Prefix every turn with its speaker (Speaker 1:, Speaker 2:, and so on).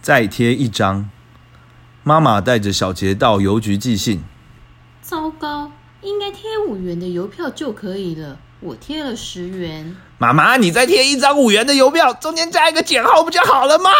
Speaker 1: 再贴一张。妈妈带着小杰到邮局寄信。
Speaker 2: 糟糕，应该贴五元的邮票就可以了，我贴了十元。
Speaker 1: 妈妈，你再贴一张五元的邮票，中间加一个减号不就好了吗？